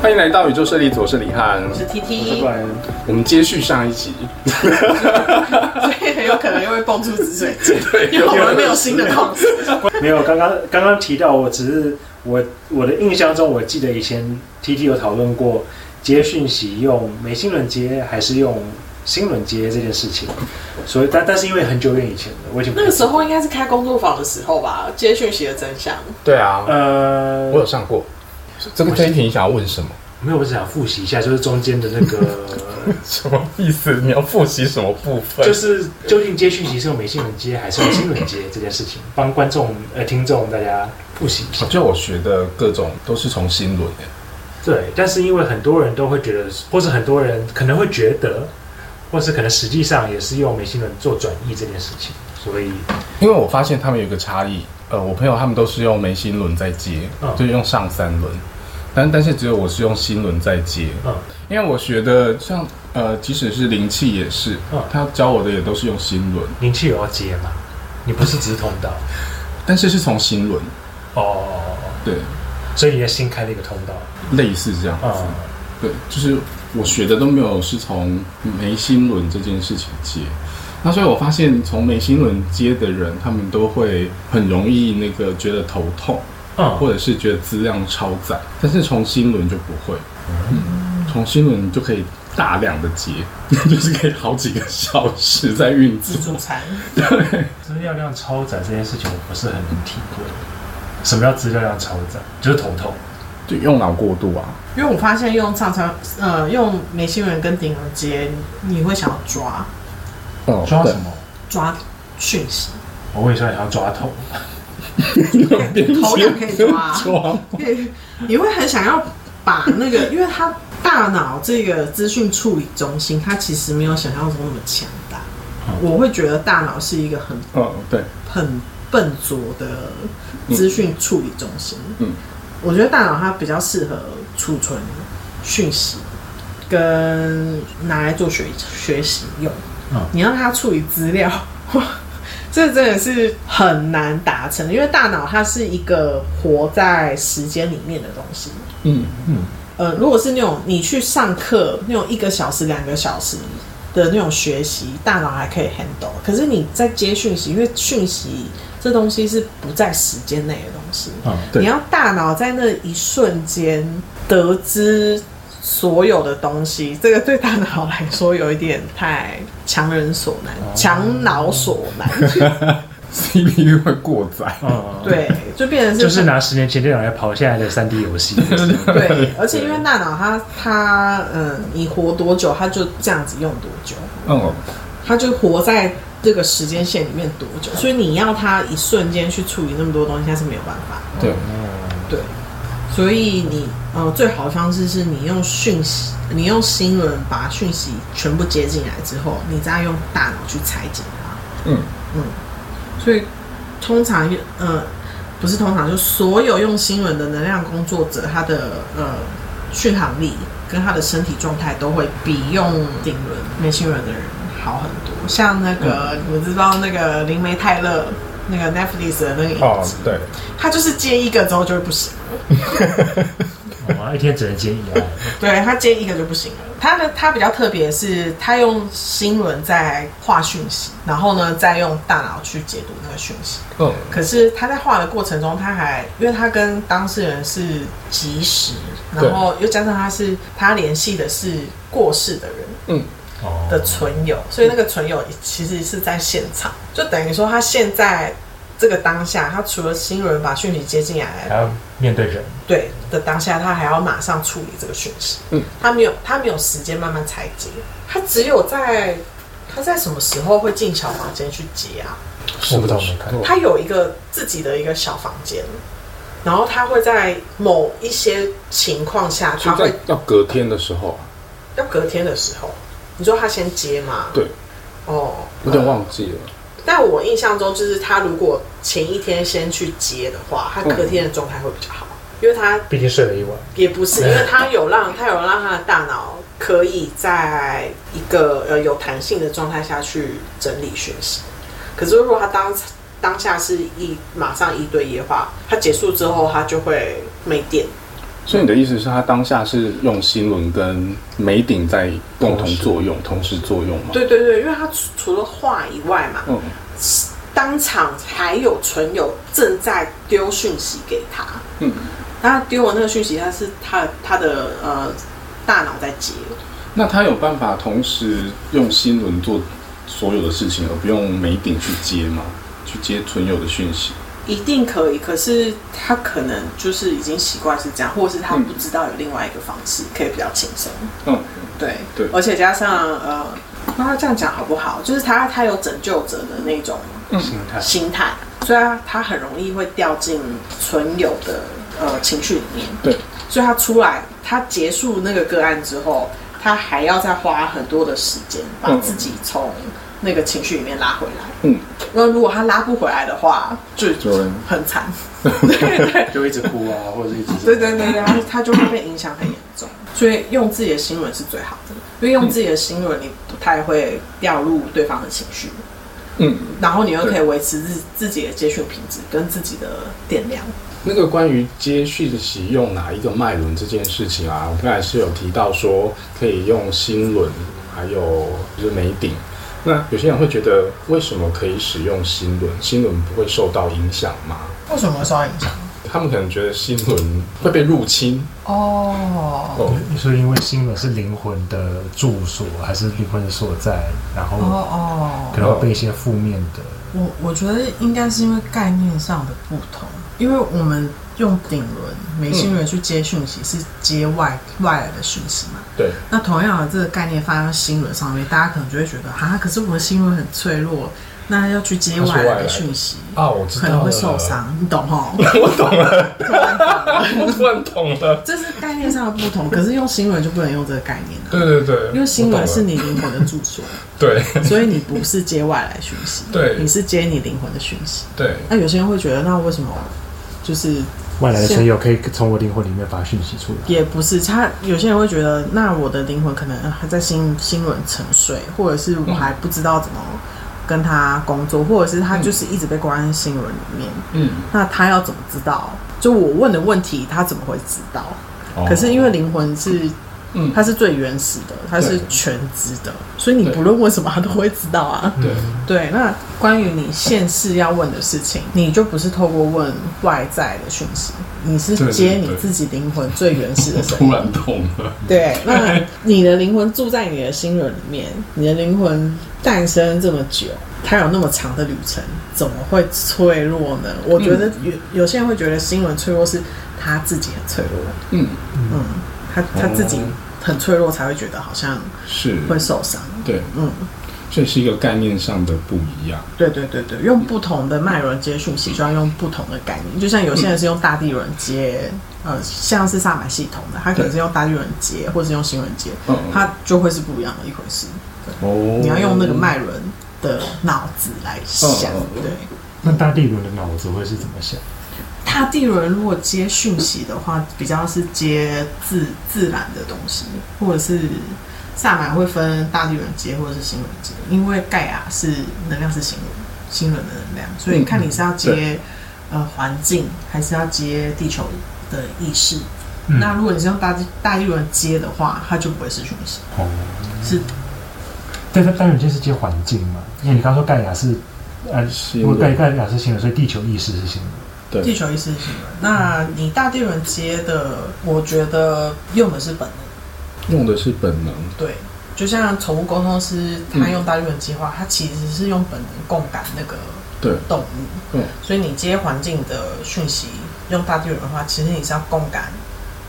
欢迎来到宇宙设立所，我是李翰。我是 T 我是 T，布莱恩，我们接续上一集，所以很有可能又会蹦出紫水晶，对，因为我们没有新的矿石。没有，刚刚刚刚提到，我只是我我的印象中，我记得以前 T T 有讨论过接讯息用美新轮接还是用新轮接这件事情，所以但但是因为很久远以前了，我已经 不那个时候应该是开工作坊的时候吧，接讯息的真相。对啊，呃我有上过。这个推题你想要问什么？没有，我只想复习一下，就是中间的那 个什么意思？你要复习什么部分就？是究竟接讯息是用美信轮接还是用新轮接这件事情，帮观众呃听众大家复习一下我。觉得我学的各种都是从新轮的，对，但是因为很多人都会觉得，或是很多人可能会觉得，或是可能实际上也是用美心轮做转译这件事情，所以因为我发现他们有一个差异。呃，我朋友他们都是用眉心轮在接，嗯就是用上三轮，但但是只有我是用心轮在接。嗯因为我学的像呃，即使是灵气也是，嗯他教我的也都是用心轮，灵气有要接嘛，你不是直通道但是是从心轮，哦，对，所以你的心开了一个通道类似这样子。啊、对，就是我学的都没有是从眉心轮这件事情接。那所以我发现从眉心轮接的人，他们都会很容易那个觉得头痛，嗯，或者是觉得资量超载，但是从心轮就不会。嗯，从心轮就可以大量的接， 就是可以好几个小时在运自作。助餐，资料量超载这件事情我不是很能体会，什么叫资料量超载？就是头痛，就用脑过度啊，因为我发现用常常呃用美心人跟顶轮接，你会想要抓哦抓什 么？抓讯 息，我跟你说，你要抓头，头也可以抓， 抓对你会很想要把那个， 因为它大脑这个资讯处理中心，它其实没有想象中那么强大。我会觉得大脑是一个很嗯，对，很笨拙的资讯处理中心。嗯嗯我觉得大脑它比较适合储存讯息，跟拿来做学学习用。嗯你让它处理资料， 哇，这真的是很难达成，因为大脑它是一个活在时间里面的东西。嗯，呃，如果是那种你去上课那种一个小时、两个小时的那种学习，大脑还可以 handle。可是你在接讯息，因为讯息这东西是不在时间内的东西，嗯，啊对你要大脑在那一瞬间得知所有的东西，这个对大脑来说有一点太强人所难，哦强脑所难。 ，CPU 会过载。嗯，，对，就变成是就是 拿十年前电脑来跑现在的三 D 游戏。对，而且因为大脑它它嗯，你活多久，它就这样子用多久。嗯，他就活在这个时间线里面多久，所以你要他一瞬间去处理那么多东西，他是没有办法。对，嗯对，所以你呃最好的方式是你用讯息，你用新轮把讯息全部接进来之后，你再用大脑去拆解它。嗯。所以通常呃不是通常，就所有用新轮的能量工作者，他的呃续航力跟他的身体状态都会比用顶轮没新轮的人好很多。像那个、嗯你们知道那个灵媒泰勒那个 Netflix 的那个影集，哦，对，他就是接一个之后就会不行了，我一天只能接一案。对他接一个就不行了。他的他比较特别是，他用新轮在画讯息，然后呢再用大脑去解读那个讯息。嗯，可是他在画的过程中，他还因为他跟当事人是及时，对然后又加上他是他联系的是过世的人哦的存友，所以那个存友其实是在现场，就等于说他现在这个当下，他除了新人把讯息接进还来，要面对人，对的当下，他还要马上处理这个讯息，嗯，他没有他没有时间慢慢拆解，他只有在他在什么时候会进小房间去接啊？我不知道没哦看过。他有一个自己的一个小房间，然后他会在某一些情况下，就他在会要隔天的时候啊，要隔天的时候，你说他先接吗？对，哦，有点忘记了。但我印象中就是他如果前一天先去接的话，他隔天的状态会比较好，嗯因为他毕竟睡了一晚，也不是，因为他有让他有让他的大脑可以在一个呃有弹性的状态下去整理学习。可是如果他当当下是一马上一对一的话，他结束之后他就会没电，所以你的意思是，它当下是用新轮跟眉顶在共同作用、同时作用吗？对对对，因为它除除了画以外嘛，嗯，当场还有存友正在丢讯息给他，嗯，他丢我那个讯息，他是他他的呃大脑在接，那他有办法同时用新轮做所有的事情，而不用眉顶去接吗？去接存有的讯息？一定可以，可是他可能就是已经习惯是这样，或者是他嗯不知道有另外一个方式可以比较轻松。嗯，对对而且加上呃，那这样讲好不好？就是他他有拯救者的那种心态。心态，所以啊他他很容易会掉进存有的呃情绪里面。对，所以他出来，他结束那个个案之后，他还要再花很多的时间把嗯自己从那个情绪里面拉回来。嗯，那如果他拉不回来的话，就就会很 惨。对对就一直哭啊，或者一直对对对对，他他就会被影响很严重，所以用自己的新闻是最好的，因为用自己的新闻，你不太会掉入对方的情绪，嗯，然后你又可以维持自自己的接讯品质跟自己的电量。那个关于接续的使用哪一个脉轮这件事情啊，我刚才是有提到说可以用心轮，还有就是眉顶。那有些人会觉得，为什么可以使用心轮？心轮不会受到影响吗？为什么会受到影响？他们可能觉得心轮会被入侵哦哦，你说因为心轮是灵魂的住所，还是灵魂的所在，然哦后哦，可能会被一些负面的，我我觉得应该是因为概念上的不同，因为我们用顶轮、眉心轮去接讯息，是接外外来的讯息嘛。对。那同样的这个概念放在心轮上面，大家可能就会觉得啊，可是我的心轮很脆弱，那要去接外来的讯息，啊，我知可道能了，会受，伤，你懂 哦？我懂了，我突然懂了，这是概念上的不同，可是用心轮就不能用这个概念了、啊对对对，因为心轮是我懂了你灵魂的住 所，对所以你不是接外来讯息，对你是接你灵魂的讯息。对，那有些人会觉得，那为什么就是外来的存有可以从我灵魂里面发讯息出来。也不是他？有些人会觉得，那我的灵魂可能呃还在心心轮沉睡，或者是嗯我还不知道怎么跟他工作，或者是他就是一直被关在心轮里面。嗯，那他要怎么知道？就我问的问题，他怎么会知道？哦可是因为灵魂是嗯，它是最原始的，它是对全知的，所以你对嗯不论问什么，他都会知道啊。对对，那关于你现世要问的事情，你就不是透过问外在的讯息，你是接对对你对自己灵魂最原始的声音。突然懂了，对，那你的灵魂住在你的心轮里面，你的灵魂诞生这么久，它有那么长的旅程，怎么会脆弱呢？我觉得有、有些人会觉得心轮脆弱是他自己很脆弱，嗯，嗯，他他自己哦很脆弱才嗯会觉得好像是，会受伤。对，嗯，这是一个概念上的不一样，对对对对，用不同的脉轮接讯息，就要用不同的概念。就像有些人是用大地轮接，呃，像是萨满系统的，他可能是用大地轮接，或是用心轮接，嗯，它就会是不一样的一回事。哦你要用那个脉轮的脑子来想嗯嗯嗯，嗯对。那大地轮的脑子会是怎么想？大地轮如果接讯息的话，比较是接自自然的东西，或者是萨满会分大地轮接或者是心轮接，因为盖亚是能量是心轮，心轮的能量，所嗯以看你是要接、呃环境，还是要接地球的意识。嗯那如果你是用大地大地轮接的话，它就不会是讯息，哦，是但它当然就是接环境嘛，因为你刚说盖亚是，呃，心如果轮盖盖亚是新轮，所以地球意识是新轮。对地球意识是心轮。那你大地轮接的，我觉得用的是本能。用的是本能，对，就像宠物沟通师，他嗯用大日本计划，他其实是用本能共感那个对动物。对，所以你接环境的讯息，用大地轮的话，其实你是要共感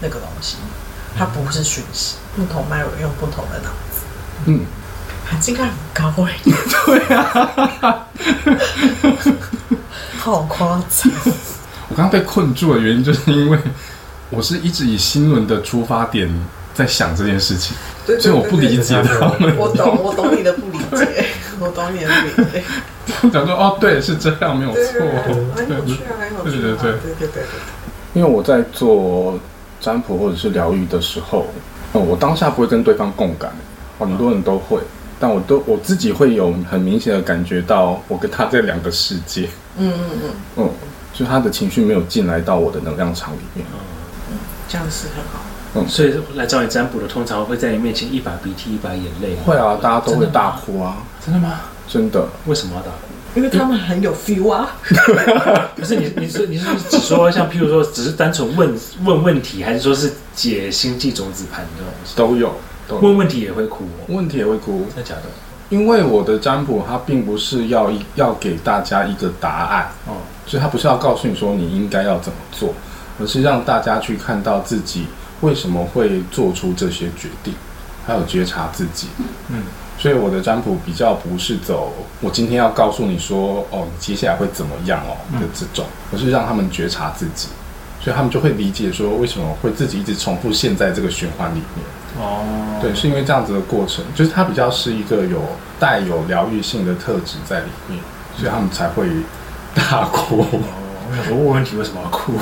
那个东西，它不是讯息。不同脉轮用不同的脑，嗯，含金量啊很高 哎、啊 好夸张。我刚刚被困住的原因就是因为我是一直以新轮的出发点在想这件事情， 对对所以我不对对理解他们， 我懂，我懂你的不理解， 我懂你的不 理解。想说哦，对，是这样，没有错，很有对趣啊，很有对趣对啊，对对对对。因为我在做占卜或者是疗愈的时候，呃，我当下不会跟对方共感，很多人都会，但我都我自己会有很明显的感觉到，我跟他在两个世界，嗯嗯嗯。嗯，就他的情绪没有进来到我的能量场里面，这样是很好。所以来找你占卜的，通常会在你面前一把鼻涕一把眼泪吗。会啊，大家都会大哭啊，真的吗？真的。为什么要打呼？因为他们很有 feel 啊，不是你，你是你是只说像譬如说，只是单纯问问问题，还是说是解星际种子盘这种东西？都有，都有问问题也会哭、哦，问题也会哭，真的假的？因为我的占卜它并不是要一要给大家一个答案，哦，所以它不是要告诉你说你应该要怎么做，而是让大家去看到自己为什么会做出这些决定，还有觉察自己。嗯，所以我的占卜比较不是走我今天要告诉你说哦，你接下来会怎么样哦嗯的这种，而是让他们觉察自己，所以他们就会理解说为什么会自己一直重复陷在这个循环里面。哦，对，是因为这样子的过程，就是它比较是一个有带有疗愈性的特质在里面，所以他们才会大哭。哦，我想说问问题为什么要哭？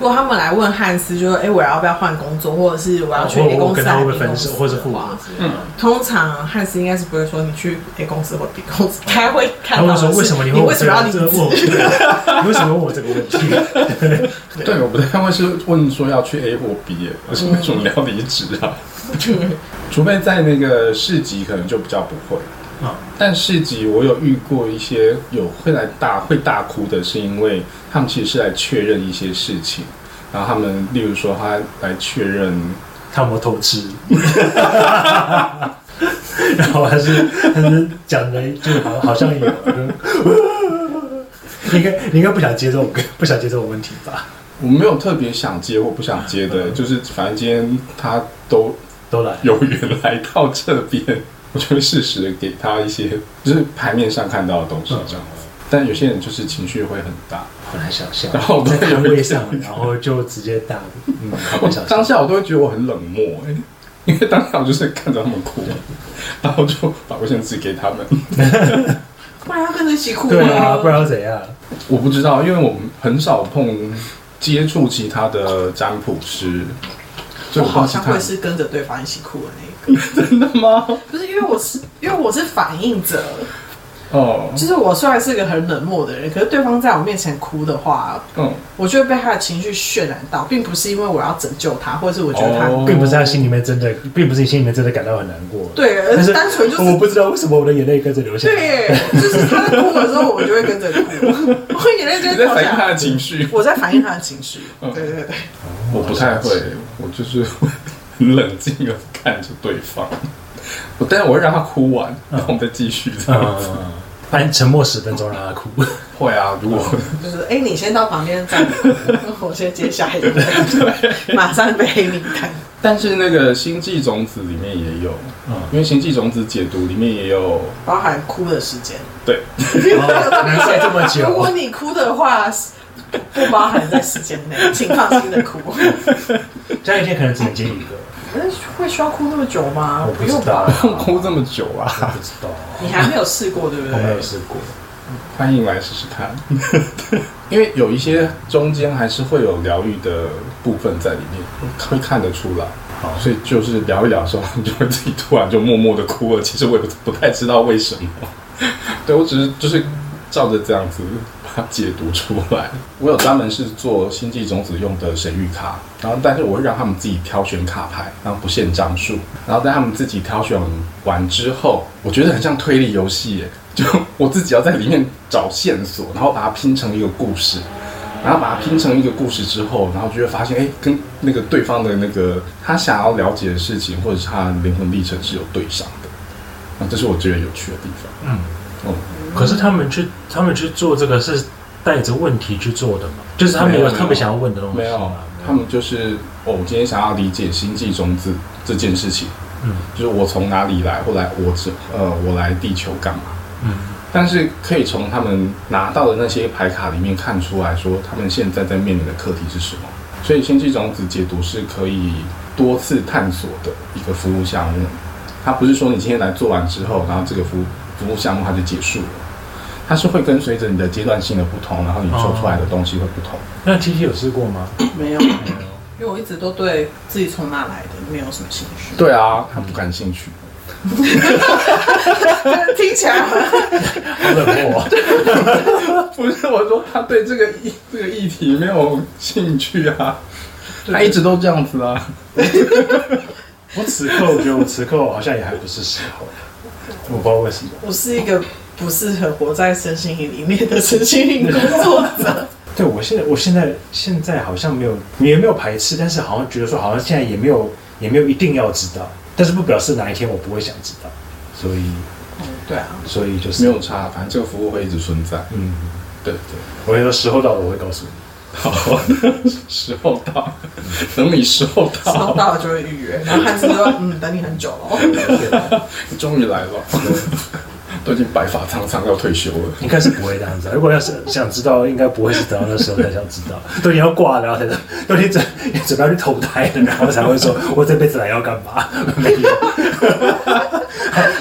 如果他们来问汉斯，就说：“哎、我要不要换工作，或者是我要去 A 哦我公我司跟他还是会 B 不会分公司手，？”或者复哇合？啊通常汉斯应该是不会说你去 A 公司或 B 公司，他会他看会到说的是为什么你你问我为什这么个要问离题？职？ 你为什么问我这个问题？ 对，我不太会是问说要去 A 或 B，耶而是为什么要离职啊？ 除非在那个市集，可能就比较不会。嗯但市集我有遇过一些有会来大会大哭的，是因为他们其实是来确认一些事情，然后他们例如说他来确认他有没有偷吃？ 然后还是还是讲的，就好好像有， 你应该你应该不想接受我，不想接受我问题吧？我没有特别想接或不想接的，嗯就是反正今天他都都来，有缘来到这边，我就会适时的给他一些就是牌面上看到的东西这样。嗯但有些人就是情绪会很大，好难想象然。后我都在摊有位一上，然后就直接大，嗯，我好想当象。下我都会觉得我很冷漠、欸因为当下我就是看着他们哭， 然后就把卫生纸给他们。不然要跟着一起哭对啊，不吗？然要怎样？我不知道，因为我们很少碰接触其他的占卜师，所以我我不哦知道好像其他会人是跟着对方一起哭的那一个，真 的吗？不是因为我是因为我是反应者，哦，就是我虽然是个很冷漠的人，可是对方在我面前哭的话，嗯，我就会被他的情绪渲染到，并不是因为我要拯救他，或者是我觉得他、哦并不是他心里面真的，并不是你心里面真的感到很难过。对，而但是是单纯就是我不知道为什么我的眼泪跟着流下来。对，就是他在哭的时候，我就会跟着哭，我眼泪就你在会掉反映下他来。的情绪。我在反映他的情绪，对嗯对对，我不太会，我就是 会很冷静的看着对方。我但是我会让他哭完，然后我们再继续这样子。嗯， 反正沉默十分钟让他哭。会啊，如果嗯就是哎、你先到旁边站， 我先接下 一个，马上被黑名单。但是那个《星际种子》里面也有，嗯因为《星际种子》解读里面也有，包含哭的时间。对，哦难怪这么如果久。你哭的话，不不包含在时间内，请放心的哭。 这样一天可能只能接一 个，那哎会需要哭那么久吗 我？不不知用道吧，，哭这么久啊，不知道，你还没有试过，对不我没对有？试过。欢迎来试试看。 因为有一些中间还是会有疗愈的部分在里面，会看得出来。啊好，所以就是聊一聊的时候，你就会自己突然就默默的哭了。其实我也不不太知道为什么，对我只是就是照着这样子把它解读出来。 我有专门是做星际种子用的神谕卡，然后但是我会让他们自己挑选卡牌，然后不限张数，然后在他们自己挑选完之后，我觉得很像推理游戏耶， 就我自己要在里面找线索，然后把它拼成一个故事。然后把它拼成一个故事之后，然后就会发现，哎，跟那个对方的那个他想要了解的事情，或者是他的灵魂历程是有对上的。啊，这是我觉得有趣的地方。嗯哦，可是他们去，他们去做这个是带着问题去做的嘛？就是他们有没有特别想要问的东西吗没有，他们就是哦，我今天想要理解星际种子这件事情，嗯就是我从哪里来，或来我这呃，我来地球干嘛？嗯，但是可以从他们拿到的那些牌卡里面看出来说，他们现在在面临的课题是什么。所以星际种子解读是可以多次探索的一个服务项目，它不是说你今天来做完之后，然后这个服务服务项目它就结束了，它是会跟随着你的阶段性的不同，然后你做出来的东西会不同。那 T T 有试过 吗？没有，没有。因为我一直都对自己从哪来的没有什么兴趣。对啊，他不感兴趣。听起来很好冷漠，不 不是我说他对这个议这个议题没有兴趣啊，对他一直都这样子啊。 我此刻我觉得我此刻好像也还不是时候，我不知道为什么。我是一个不适合活在身心灵里面的身心灵工作者。对我现在我现在现在好像没有也没有排斥，但是好像觉得说好像现在也没有也没有一定要知道，但是不表示哪一天我不会想知道，所以对啊，所以就是没有差，反正这个服务会一直存在。嗯，对对，我跟你说时候到了我会告诉你，好，时候到，等你时候收到，到了就会预约，然后汉斯说：“嗯，等你很久了。终于来了， 都已经白发苍苍要退休了。应该是不会这样子。 如果要是想知道，应该不会是等到那时候才想知道，都已经要挂了，然后才都已经准准备要去投胎了，然后才会说我这辈子来要干嘛？ 没有。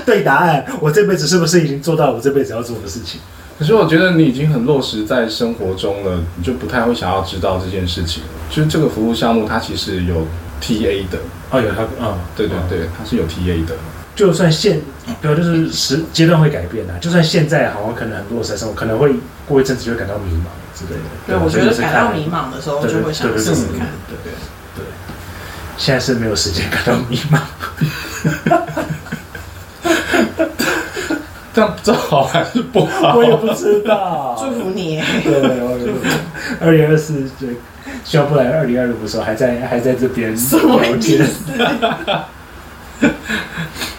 对答案，我这辈子是不是已经做到我这辈子要做的事情？可是我觉得你已经很落实在生活中了，你就不太会想要知道这件事情了。就是这个服务项目，它其实有 TA 的，哦，有他，嗯，对对嗯对，它是有 TA 的。就算现，对啊，就是时阶段会改变啊。就算现在好像可能很落实生活，可能会过一阵子就会感到迷茫之类的”。对，我觉得感到迷茫的时候对，对就会想试试看。对对对对，现在是没有时间感到迷茫。 这样这好还是不好？我也不知道。祝福你， 对，我也不知道。二零二四对，希望不然二零二五的时候还在还在这边聊天，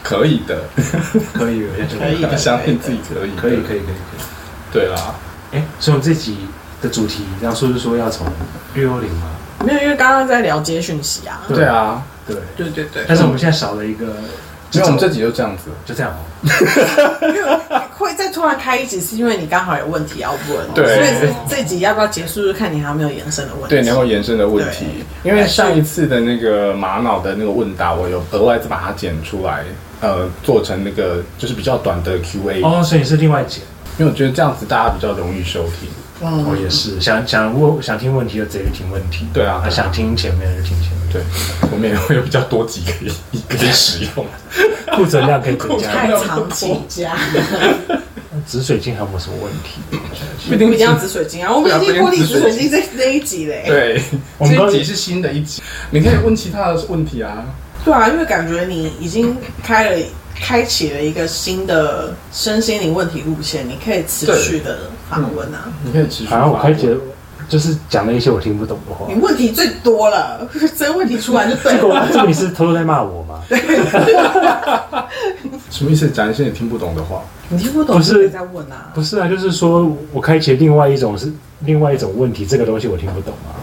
可以的，可以可以我相信自己可以的，可以可以可以可以。对啦，哎，所以我们这集的主题，然后说是说要从六幺零嘛，没有，因为刚刚在聊接讯息啊。对对啊，对。对对对，但是我们现在少了一个，因为我们这集就这样子。就这样哦。 会再突然开一集，是因为你刚好有问题要问，对所以是这集要不要结束，就看你还有没有延伸的问题。对，你要延伸的问题，因为上一次的那个玛瑙的那个问答，我有额外再把它剪出来，呃，做成那个就是比较短的 Q&A，、哦，所以你是另外剪。因为我觉得这样子大家比较容易收听。我哦也是，想想问想听问题就直接去听问题，对啊啊想听前面就听前面，对，我们也 会有比较多集可以可以使用。 库存量可以增加太，长请假，紫水晶还有没有什么问题？不一不定一定要紫水晶啊！我们已经脱离紫水晶这那一集嘞。对，我们这都一集是新的一集，你可以问其他的问题啊。对啊，因为感觉你已经开了。开启了一个新的身心灵问题路线，你可以持续的访问啊。你可以持续发反问。正我开 始就是讲了一些我听不懂的话你。问题最多了，嗯 这问题出来就对这个了。我 这个你是偷偷在骂我吗？什么意思？讲一些你听不懂的话。你听不懂不是就可以再问啊。不是啊，就是说我开启另外一种是另外一种问题，这个东西我听不懂啊。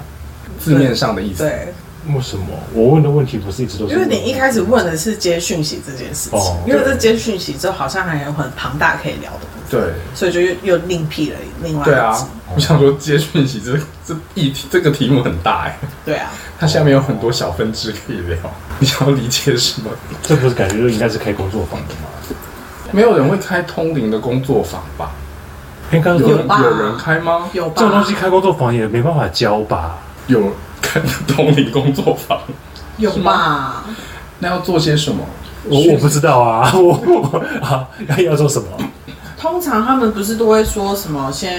字面上的意思。对，为什么我问的问题不是一直都是？因为你一开始问的是接讯息这件事情，哦因为这接讯息之后好像还有很庞大可以聊的部分，对所以就又又另辟了另外一对啊集。，我想说接讯息这这议题这个题目很大哎，对啊，它下面有很多小分支可以聊。你想要理解什么？这不是感觉就应该是开工作坊的吗？没有人会开通灵的工作坊吧？应该有这人有吧有人开吗？有吧？种东西开工作坊也没办法教吧？有开通灵工作坊，有吧？那要做些什么？我我不知道啊， 我我啊要要做什么？通常他们不是都会说什么先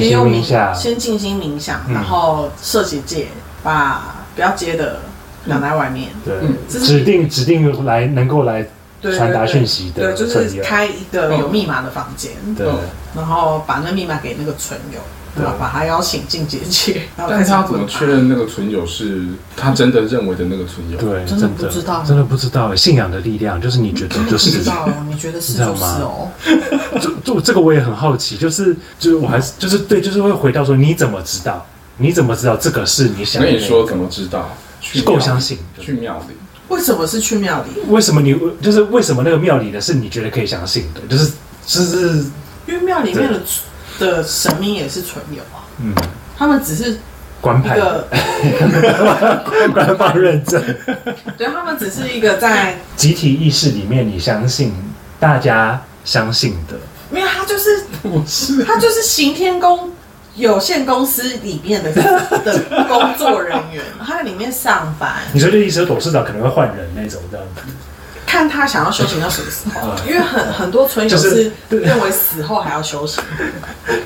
先心用冥想，先静心冥想，嗯然后设结界，把不要接的挡在外面。对嗯，这是指定指定来能够来，对对传达对讯息的对，就顺是流开一个有密码的房间，对，嗯然后把那密码给那个存友，对然后把他邀请进结界，然后但开是始他要怎么问确认那个存友是他真的认为的那个存友？对，真的不知道真的不知道信仰的力量，就是你 觉得就不知是，道哦，你觉得是知道就是吗哦，就就这个我也很好奇，就是就是我还是就是对，就是会回到说你怎么知道？你怎么知道这个是你我想？跟你说，怎么知道？去够庙里相信去庙里。为什么是去庙里？为什么你就是为什么那个庙里的是你觉得可以相信的？就是就是因为庙里面的的神明也是存友啊，嗯，他们只是官一派个，官方认证，对他们只是一个在，集体意识里面你相信大家相信的，没有他就是不是，他就是行天宫有限公司里面 的的工作人员，他在里面上班，你说就意思说董事长可能会换人那种这样子，看他想要修行到什么时候，嗯因为很很多存就有是是认为死后还要修行，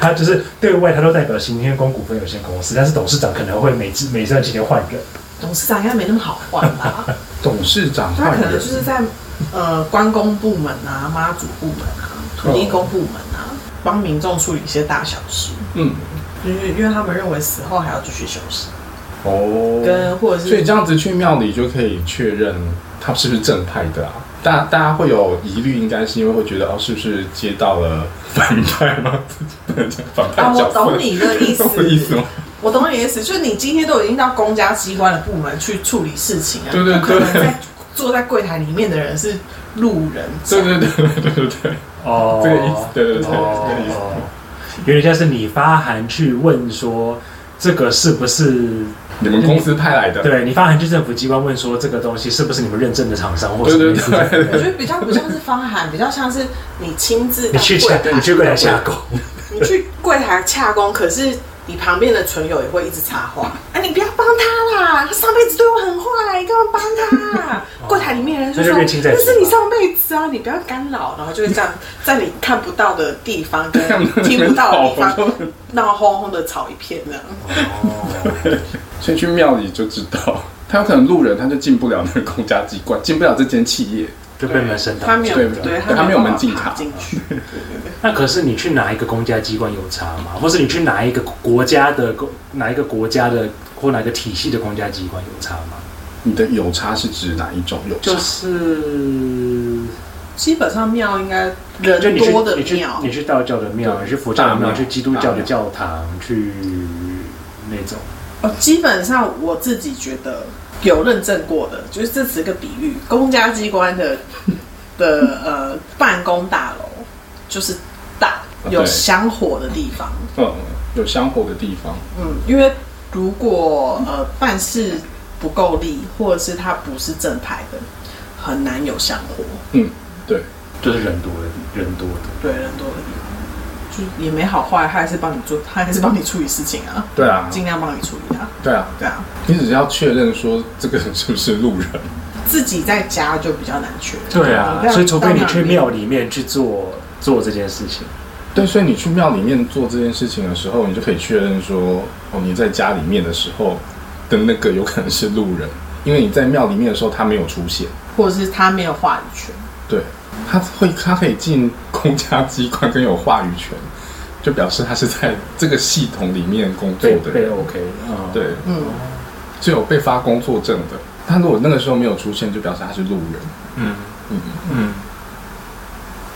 他就是对外他都代表行天宫股份有限公司，但是董事长可能会每次每段期间换人。董事长应该没那么好换吧？董事长他换可能人就，是在呃关公部门啊、妈祖部门啊、土地公部门啊，帮民众处理一些大小事，嗯，因为因为他们认为死后还要继续修行，哦，跟或者所以是这样子去庙里就可以确认他是不是正派的啊。大大家会有疑虑，应该是因为会觉得哦，是不是接到了反派吗？不能讲反派啊，角我色，懂你的 意懂我意思思，吗？我懂你的意思，就是你今天都已经到公家机关的部门去处理事情啊，对对不可能对在坐在柜台里面的人是路人甲，对对对对对对对，哦这个意思，对对对，这个意思。哦，有点像是你发函去问说这个是不是你们公司派来的，对你发函去政府机关问说这个东西是不是你们认证的厂商或者对什么对意思？对，我觉得比较不像是方涵，比较像是你亲自 你去到柜下台你去柜台下狗，你去柜台洽公，可是你旁边的存友也会一直插话，啊，你不要帮他啦，他上辈子对我很坏，你干嘛帮他、柜台里面的人就那就说认清在那先是你上辈子啊，你不要干扰，然后就会这样在你看不到的地方跟听不到的地我方闹哄哄的吵一片这样。所以去庙里就知道，他有可能路人他就进不了那个公家机关，进不了这间企业。就被门神他挡没住。有对对，他没有门禁办卡法爬进去，那可是你去哪一个公家机关有差吗？或是你去哪一个国家的公哪一个国家的或哪个体系的公家机关有差吗？你的有差是指哪一种有差？就是基本上庙应该人就你去多的你去庙你，去道教的庙，对你去佛教的大庙，庙去基督教大的庙教堂，去那种。哦，基本上我自己觉得有认证过的，就是这是个比喻，公家机关 的的呃办公大楼就是大啊对有香火的地方，嗯，有香火的地方。嗯，因为如果呃办事不够力，或者是它不是正牌的，很难有香火。就是人多的，人多的。对，人多的地方，就也没好坏，他还是帮你做，他还是帮你处理事情啊，对啊，尽量帮你处理啊，对啊，对啊，你只要确认说这个人是不是路人，自己在家就比较难确认。嗯对啊你不，要所以除非你到那去里庙里面去做做这件事情，对，所以你去庙里面做这件事情的时候，你就可以确认说，哦，你在家里面的时候的那个有可能是路人，因为你在庙里面的时候他没有出现，或者是他没有话语权。对，他会他可以进公家机关跟有话语权，就表示他是在这个系统里面工作被的被人， OK，嗯，对，嗯，就有被发工作证的。他如果那个时候没有出现，就表示他是路人。嗯嗯，嗯，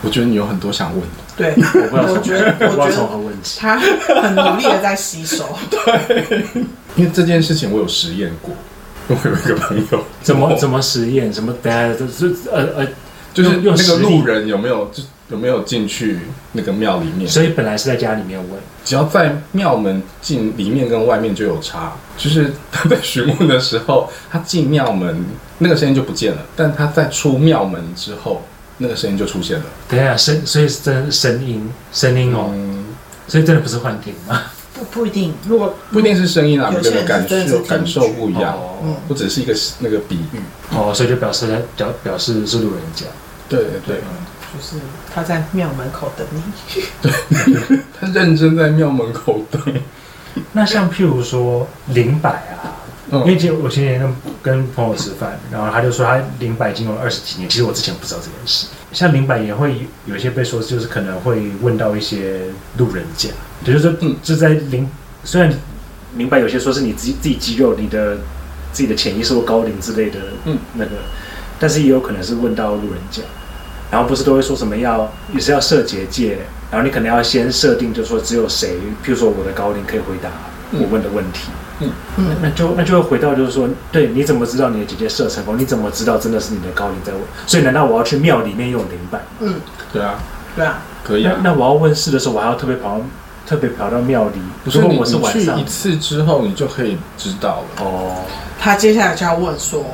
我觉得你有很多想问的，对，我不知道我从觉得，我不我知道觉从得何问起。他很努力的在吸收。因为这件事情我有实验过。我有一个朋友，怎么怎么实验？怎么等下就是呃呃，就是用用那个实力路人有没有就有没有进去那个庙里面？所以本来是在家里面问，只要在庙门进里面跟外面就有差，就是他在询问的时候，他进庙门那个声音就不见了，但他在出庙门之后，那个声音就出现了。等下声，所以是真的声音声音哦，嗯，所以真的不是幻听吗？ 不不一定，如果不一定是声音啦，有每些个人人感真的是受听感受不一样，嗯哦不只是一个那个比喻。哦，所以就表示他表表示是路人甲。对对对，就是他在庙门口等你，他认真在庙门口等。那像譬如说零百啊，因为嗯，今我前几天跟跟朋友吃饭，然后他就说他零百已经有二十几年，其实我之前不知道这件事。像零百也会有有一些被说，就是可能会问到一些路人甲，也就是说嗯就在零，虽然明白有些说是你自己自己肌肉、你的自己的潜意识或高龄之类的，嗯，那个，但是也有可能是问到路人甲，然后不是都会说什么要也是要设结界，然后你可能要先设定，就说只有谁，譬如说我的高龄可以回答嗯我问的问题，嗯嗯那就那就会回到就是说，对，你怎么知道你的结界设成功？你怎么知道真的是你的高龄在问？所以难道我要去庙里面用灵摆？嗯，对啊，对啊，可以那啊。那我要问事的时候，我还要特别跑到特别跑到庙里？不如是果你我是你晚去上一次之后，你就可以知道了。哦。他接下来就要问说。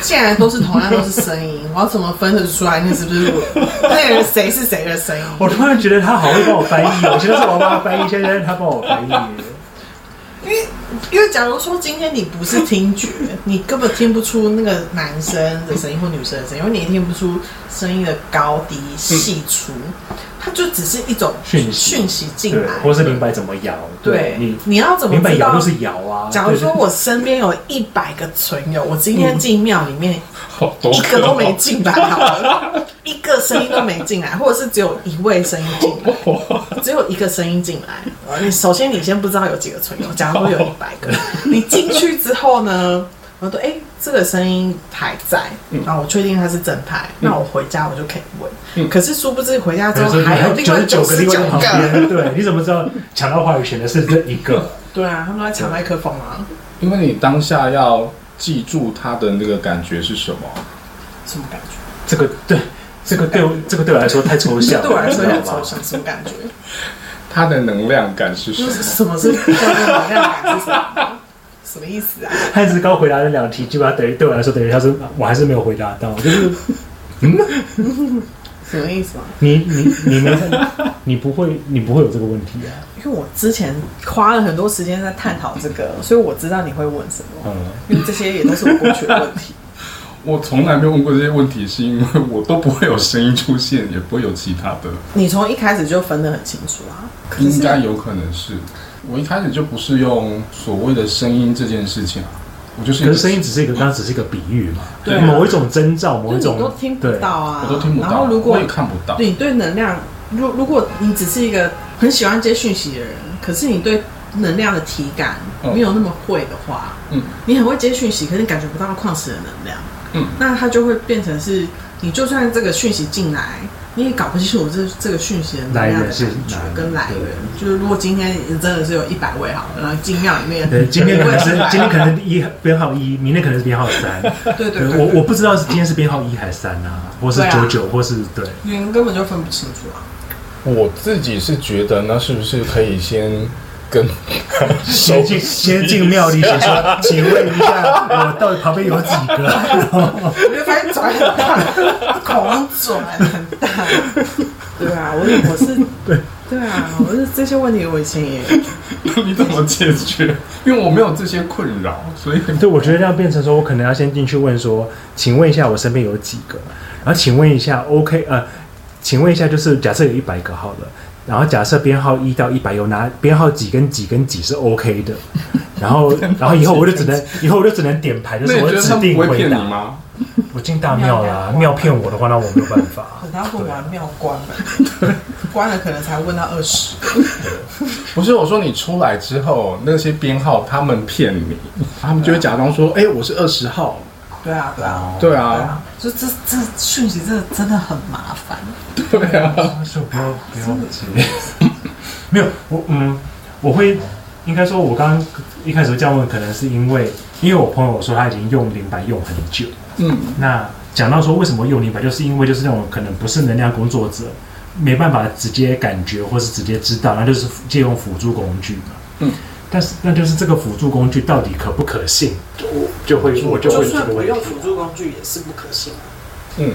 既然都是同样都是声音，我要怎么分得出来那是不是我？那个人谁是谁的声音？ 我突然觉得他好会帮我翻译哦，我现在是我帮他翻译，现在是他帮我翻译。因为假如说今天你不是听觉，你根本听不出那个男生的声音或女生的声音，因为你也听不出声音的高低细粗，它就只是一种嗯讯息讯息进对来，，或是明白怎么摇，对你你要怎么明白知摇道就？是摇啊。假如对说我身边有一百个存友，我今天进庙里面好多一个嗯都没哦进来，好了，一个声音都没进来，或者是只有一位声音进 来，只有一个声音进来。呃你首先你先不知道有几个存友，假如说有一百 个，你进去之后呢，我说哎、诶这个声音还在，然后我确定它是正牌，那我回家我就可以问。可嗯是殊不知回家之后还有另九外十九九个十另九外在旁个，边，对，你怎么知道抢到话语权的是这一个？对啊，他们都在抢麦克风啊，因为你当下要记住他的那个感觉是什么。什么感觉？这个对，这个对我这个对我来说太抽象了，对我来说你知很道吗抽象，什么感觉？他的能量感是什就么是？什么是叫做能量感是什么？什么意思啊？汉斯刚回答了两题，基本上等于对我来说等于他说我还是没有回答到，就是什么意思啊？你你你没你不会你不会有这个问题啊，因为我之前花了很多时间在探讨这个，所以我知道你会问什么，嗯，因为这些也都是我过去的问 题。我从来没有问过这些问题，是因为我都不会有声音出现，也不会有其他的。你从一开始就分得很清楚啊，可应该是有可能是，我一开始就不是用所谓的声音这件事情啊，我就是一可个是声音只是一个，刚刚只是一个比喻嘛，对啊某一种征兆，就某一你种都听不对到啊，我都听不到，然后如我果也看不到。你对能量，如如果你只是一个很喜欢接讯息的人，可是你对能量的体感嗯没有那么会的话，嗯，你很会接讯息，可是你感觉不到矿石的能量，嗯，那它就会变成是你就算这个讯息进来，你也搞不清楚这这个讯息的能来量的源感是觉哪里跟来源。就是如果今天真的是有一百位好了，然后进庙里面，对，今天可能是一位今天可能是一编号一，明天可能是编号三。对对对，对，我我不知道是今天是编号一还是三啊，或是对啊九九，或是对，你们根本就分不清楚啊。我自己是觉得，那是不是可以先跟先进先进庙里写 说，请问一下，我到底旁边有几个？我就发现转很大， 恐龙转很大。对啊，我是我是对对啊，我是这些问题我以前也 你怎么解决？因为我没有这些困扰， 所以对，我觉得这样变成说，我可能要先进去问说，请问一下我身边有几个？然后请问一下，OK，呃，请问一下，就是假设有一百个好了，然后假设编号一到一百有哪编号几跟几跟几是 OK 的，然后然后以后我就只能以后我就只能点牌，就那是你我觉得指他们定不会回骗你答。吗？我进大庙啦，庙骗我的话，那我没有办法。 等他问完庙关了，关了可能才问到二十。不是，我说你出来之后，那些编号他们骗你，他们就会假装说，哎、我是二十号。对啊对啊对对啊，啊，就这这讯息真的真的很麻烦。对啊，就不要不要急。没有，我嗯，我会应该说，我刚刚一开始这样问，可能是因为因为我朋友说他已经用灵摆用很久。嗯，那讲到说为什么用灵摆，就是因为就是那种可能不是能量工作者，没办法直接感觉或是直接知道，那就是借用辅助工具嘛。嗯。但是，那就是这个辅助工具到底可不可信，就我就会我就会这个问题。辅助工具也是不可信的。嗯，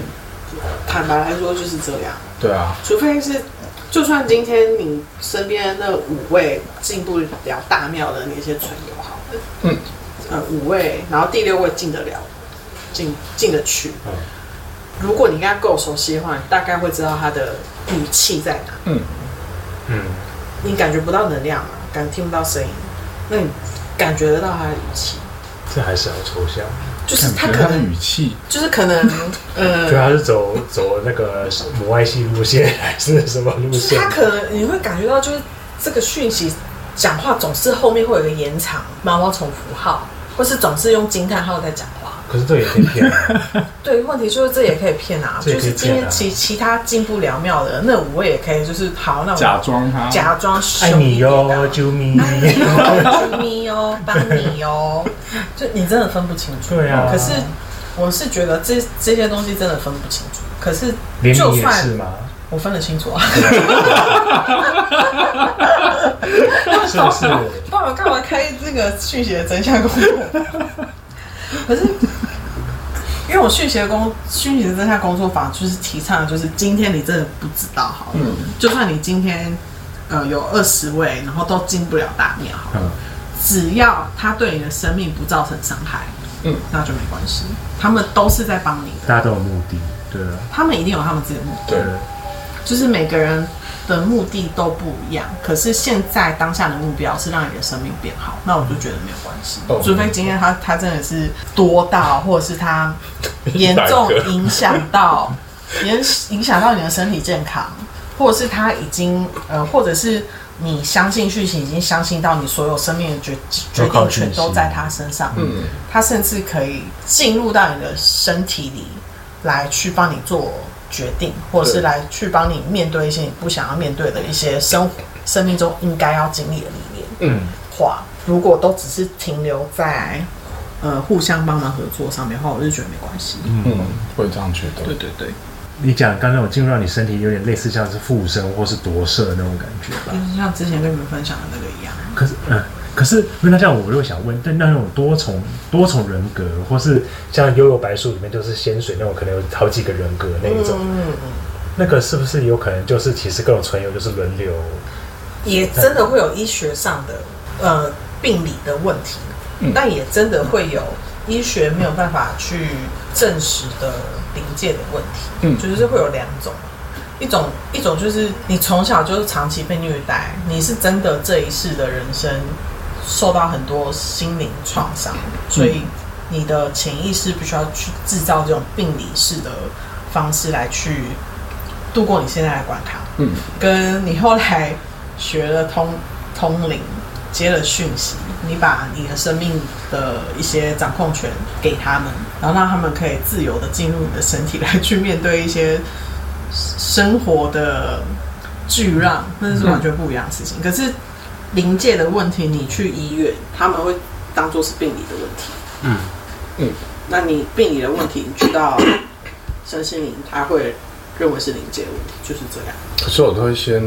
坦白来说就是这样，对啊，除非是。就算今天你身边那五位进不了大庙的那些存友好了，嗯，呃五位，然后第六位进得了，进进得去。嗯如果你跟他够熟悉的话，你大概会知道他的语气在哪。嗯，你感觉不到能量嘛，感听不到声音，那你感觉得到他的语气，这还是好抽象。就是他感可觉他的能语气，就是可 能 就呃，他是走走那个母爱系路线还是什么路就是线他？可能你会感觉到就是这个讯息讲话总是后面会有一个延长毛毛虫符号，或是总是用惊叹号在讲话。可是这也可以骗人，对，问题就是这也可以骗啊，这也就可以是今骗啊天其其他进不了庙的那五位也可以，就是好，那我假装他假装凶爱哎你一点啊哟，救命！救命哟，帮你哟，就你真的分不清楚。对啊，可是我是觉得这这些东西真的分不清楚。可是连就你也算是嘛，我分得清楚啊，是不是？爸爸干嘛开这个续写的真相公布？ 可是。因为我续写的工续写的真相工作法就是提倡，就是今天你真的不知道好了，就算你今天呃有二十位，然后都进不了大庙好了，嗯只要他对你的生命不造成伤害，嗯，那就没关系。他们都是在帮你的，大家都有目的，对啊，他们一定有他们自己的目的。对，就是每个人的目的都不一样，可是现在当下的目标是让你的生命变好，那我就觉得没有关系。哦除非今天他他真的是多到，或者是他严重100个影响到影影响到你的身体健康，或者是他已经呃，或者是你相信剧情已经相信到你所有生命的决决都靠定信权心都在他身上，嗯，他甚至可以进入到你的身体里来去帮你做决定，或者是对来去帮你面对一些你不想要面对的一些生活生命中应该要经历的理念。嗯，话，如果都只是停留在呃互相帮忙合作上面的话，我就觉得没关系。嗯，我也这样觉得。对对对，你讲刚才我进入到你身体，有点类似像是附身或是夺舍那种感觉吧就？是像之前跟你们分享的那个一样，可是，嗯、可是那这样，我又想问，但那种多重多重人格，或是像《幽游白书》里面就是仙水那种，可能有好几个人格那一种，嗯，那个是不是有可能就是其实各种存有就是轮流？也真的会有医学上的呃病理的问题，嗯但也真的会有医学没有办法去证实的临界的问题，嗯就是会有两种。一种一种就是你从小就是长期被虐待，你是真的这一世的人生受到很多心灵创伤，嗯所以你的潜意识必须要去制造这种病理式的方式来去度过你现在的关卡。嗯，跟你后来学了通通灵，接了讯息，你把你的生命的一些掌控权给他们，然后让他们可以自由的进入你的身体来去面对一些生活的巨浪，那是完全不一样的事情。可是临界的问题，你去医院，他们会当做是病理的问题。嗯嗯，那你病理的问题，你去到身心灵，他会认为是临界的问题，就是这样。可是我都会先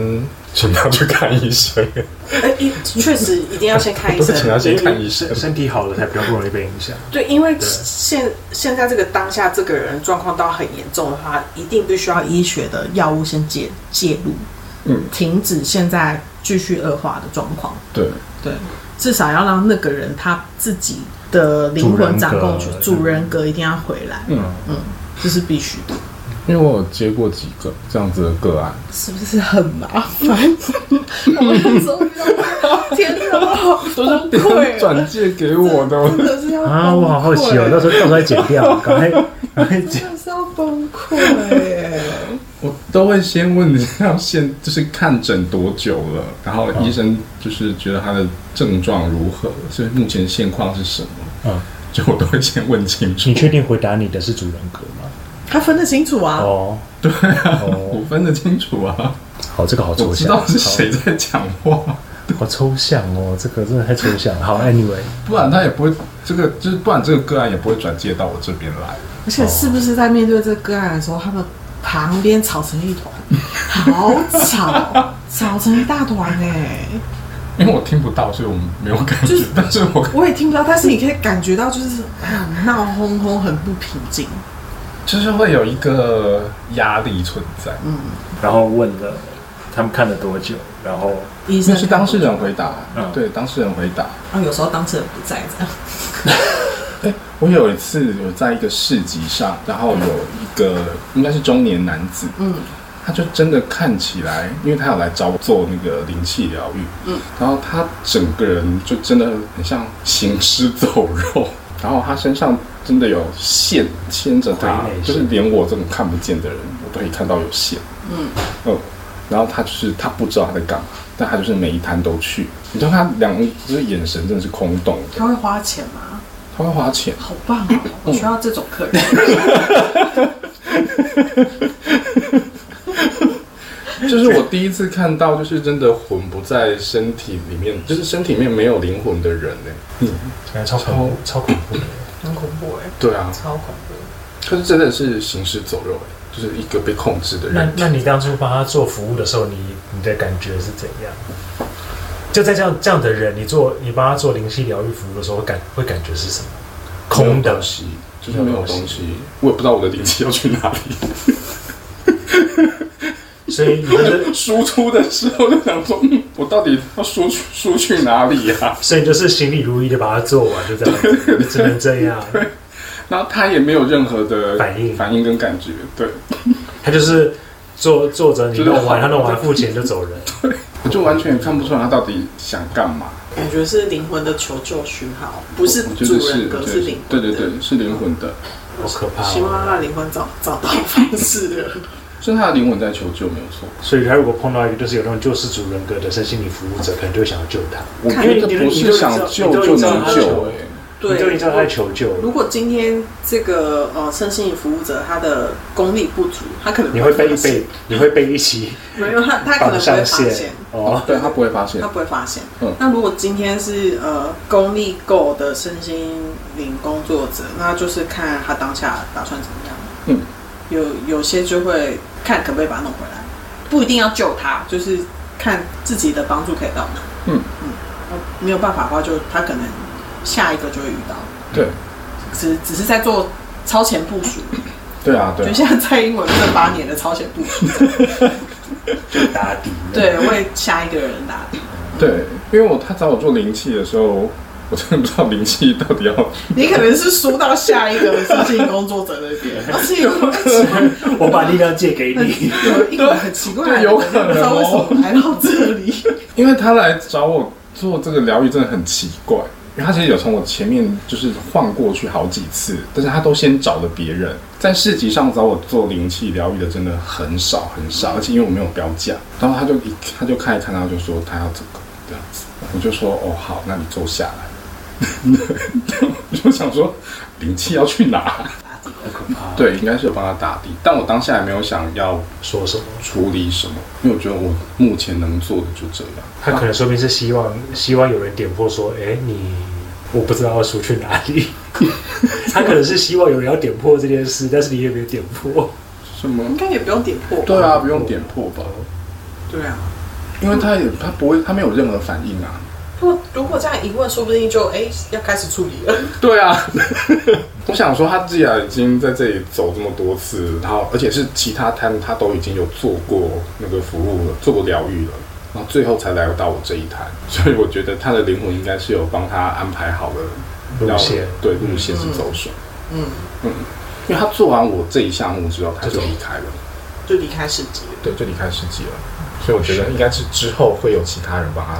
请他去看医生，哎，一确实一定要先看医都是请生。他先看医生身。身体好了才比较不容易被影响。对，因为现现在这个当下，这个人状况到很严重的话，一定必须要医学的药物先介介入，嗯，停止现在继续恶化的状况。对，对，至少要让那个人他自己的灵魂掌控权、主人格主人格一定要回来，嗯，这是必须的。因为我有接过几个这样子的个案，是不是很麻 烦？我们终于要天哪， 都是别人转介给我的，真的是要啊，崩我好好奇哦，溃到时候到时候再剪掉，赶快赶快剪。真的是要崩溃耶！我都会先问你要现就是看诊多久了，然后医生就是觉得他的症状如何，所以目前现况是什么，嗯，就我都会先问清楚你。确定回答你的是主人格吗？他分得清楚啊，哦，对啊，哦我分得清楚啊，好，这个好抽我知象，道是谁在讲话，好，好抽象哦，这个真的太抽象。好，anyway，不然他也不会这个，就是不然这个个案也不会转介到我这边来。而且是不是在面对这个案的时候，他们旁边吵成一团，好吵，吵成一大团哎！因为我听不到，所以我没有感就觉是，但是我我也听不到，但是你可以感觉到就是很闹哄哄，很不平静。就是会有一个压力存在，嗯然后问了他们看了多久，然后医那生是当事人回答，嗯对，当事人回答。啊，有时候当事人不在这样。我有一次有在一个市集上，然后有一个应该是中年男子，嗯，他就真的看起来，因为他有来找我做那个灵气疗愈，嗯，然后他整个人就真的很像行尸走肉， 然后他身上真的有线牵着他傀儡，就是连我这种看不见的人，我都可以看到有线，嗯，然后他就是他不知道他在干嘛，但他就是每一摊都去，你知道他两就是眼神真的是空洞的，他会花钱吗？他会花钱。好棒哦！我需要这种客人。 就是我第一次看到，就是真的魂不在身体里面，就是身体里面没有灵魂的人欸呢。感觉超哦恐怖，超恐怖的。很恐怖哎、对啊，超恐怖！他是真的是行尸走肉哎，就是一个被控制的那人。那你当初帮他做服务的时候，你你的感觉是怎样？就在这样这样的人，你做你帮他做灵犀疗愈服务的时候，会感会感觉是什么？空没有的东，西，就是没有东西，我也不知道我的灵气要去哪里。所以你就 是，输出的时候就想说，嗯我到底要输出输去哪里啊呀、 所以你就是行礼如仪的把它做完，就这样子，只能这样。然后他也没有任何的反应反应跟感觉，对，他就是坐坐着，你就是弄好完，他弄完付钱 就走人。我就完全也看不出来他到底想干嘛。感觉是灵魂的求救讯号，不是我觉主得人是，格，我觉是得灵对魂的。对对，是灵魂的，好可怕、希哦！望让灵魂找找到方式了。是他的灵魂在求救，没有错。所以他如果碰到一个就是有那种救世主人格的身心灵服务者，可能就会想要救他。我看觉你得你不你是都想已经救你都已就经知能道救、哎，你就已对，经在求救了，如果今天这个呃身心灵服务者他的功力不足，他可能你会被发一现被你会被一起没有他他可能绑不会上发线现，哦。对他不会发现他，不会发现。嗯那如果今天是呃功力够的身心灵工作者，那就是看他当下打算怎么样。嗯，有有些就会看可不可以把他弄回来，不一定要救他，就是看自己的帮助可以到哪。嗯嗯，那没有办法的话就，他可能下一个就会遇到。对只只是在做超前部署，对啊对就啊，像蔡英文这八年的超前部署，打底。对，为下一个人打底。对，因为我他找我做灵气的时候，我真的不知道灵气到底要你可能是输到下一个身心灵工作者那边，而且有我把力量借给你， 有一个很奇怪的人，对有可能哦不知道为什么来到这里。因为他来找我做这个疗愈真的很奇怪，因为他其实有从我前面就是晃过去好几次，但是他都先找了别人。在市集上找我做灵气疗愈的真的很少很少，而且因为我没有标价，然后他就一他就看一看，他就说他要这个这样子，我就说哦好，那你坐下来。我就想说灵气要去哪？好可怕！对，应该是有帮他打底，但我当下也没有想要说什么？处理什么，因为我觉得我目前能做的就这样。他可能说明是希望希望有人点破说，哎，你我不知道要输去哪里。 他可能是希望有人要点破这件事，但是你也没有点破。什么应？该也不用点破吧？对啊，不用点破吧，对啊，因为他也他不会，他没有任何反应啊。不，如果这样一问，说不定就哎、要开始处理了。对啊， 我想说他既然已经在这里走这么多次，然后而且是其他摊他都已经有做过那个服务了，做过疗愈了，然后最后才来到我这一摊， 所以我觉得他的灵魂应该是有帮他安排好了路要线对路线是走什么，嗯嗯，因为他做完我这一项目之后，他就离开了。就离开市集了。对，就离开世纪了。所以我觉得应该是之后会有其他人帮他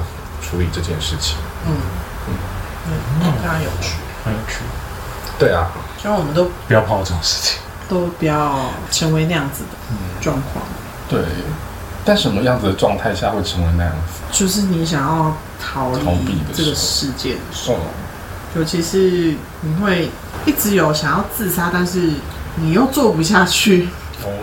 处理这件事情。非常有趣，很嗯有趣，对啊，希望我们都不要碰到这种事情。都不要成为那样子的状况。对。但什么样子的状态下会成为那样子？就是你想要逃逃避离的时候这个世界的时哦，候，尤其是你会一直有想要自杀，但是你又做不下去，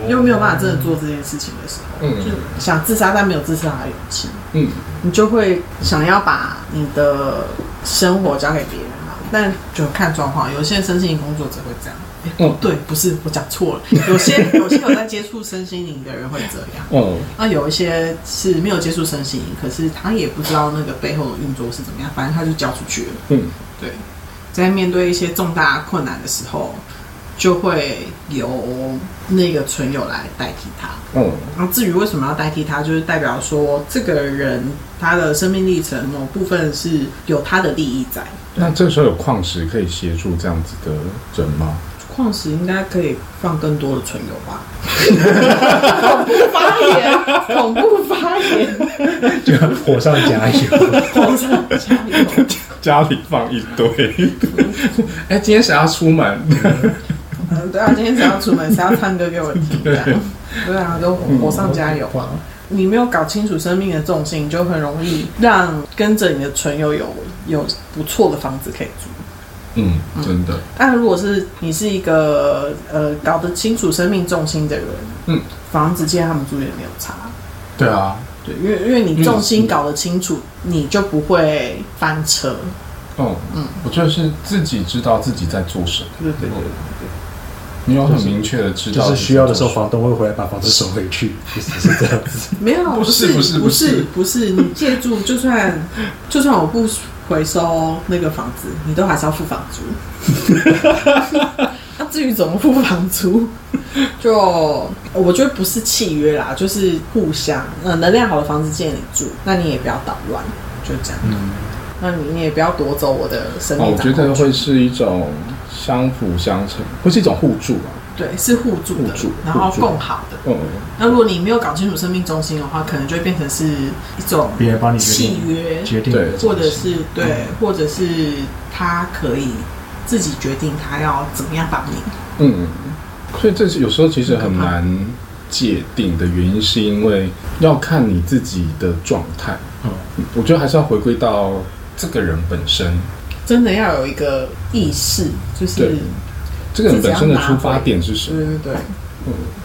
又没有办法真的做这件事情的时候，哦嗯就想自杀但没有自杀的勇气，嗯，你就会想要把你的生活交给别人嘛。但就看状况，有些身心灵工作者会这样。诶嗯对，不是我讲错了。有些有些有在接触身心灵的人会这样，哦，那有一些是没有接触身心灵，可是他也不知道那个背后的运作是怎么样，反正他就交出去了。嗯，对，在面对一些重大困难的时候，就会由那个存友来代替他。哦，然后至于为什么要代替他，就是代表说这个人他的生命历程某部分是有他的利益在。那这个时候有矿石可以协助这样子的人吗？ 矿石应该可以放更多的存友吧？ 恐怖发言，恐怖发言，就火上加油，皇上加油！家里放一堆。 哎、今天谁要出门？嗯，对啊，今天只要出门，谁要唱歌给我听？这样，对啊，都火上加油啊！你没有搞清楚生命的重心，就很容易让跟着你的唇友有有不错的房子可以住。嗯，真的，但如果是你是一个呃搞得清楚生命重心的人，嗯，房子借他们住也没有差，对啊，对，因为因为你重心搞得清楚，你就不会翻车。哦，嗯，我觉得是自己知道自己在做什么，对对对，你有很明确的知就道，是需要的时候，房东会回来把房子收回去，意思是这 样子。没有，不是不不是不不是是不是，你借住 就算就算我 不回收那个房子，你都还是要付房租。那至于怎么付房租，就我觉得不是契约啦，就是互相，呃，能量好的房子借你住，那你也不要捣乱，就这样。那你你也不要夺走我的嗯生哦，命我觉掌得控会权。是一种相辅相成，会是一种互助啊。对，是互助的，互助然后互助共好的。嗯，那如果你没有搞清楚生命中心的话，可能就会变成是一种别人帮你决契定约，决定对的东西，或者是嗯对，或者是他可以自己决定他要怎么样帮你。嗯，所以这是有时候其实很难界定的原因，是因为要看你自己的状态。嗯嗯，我觉得还是要回归到这个人本身，真的要有一个意识，就是对这个人本身的出发点是什对么？对对，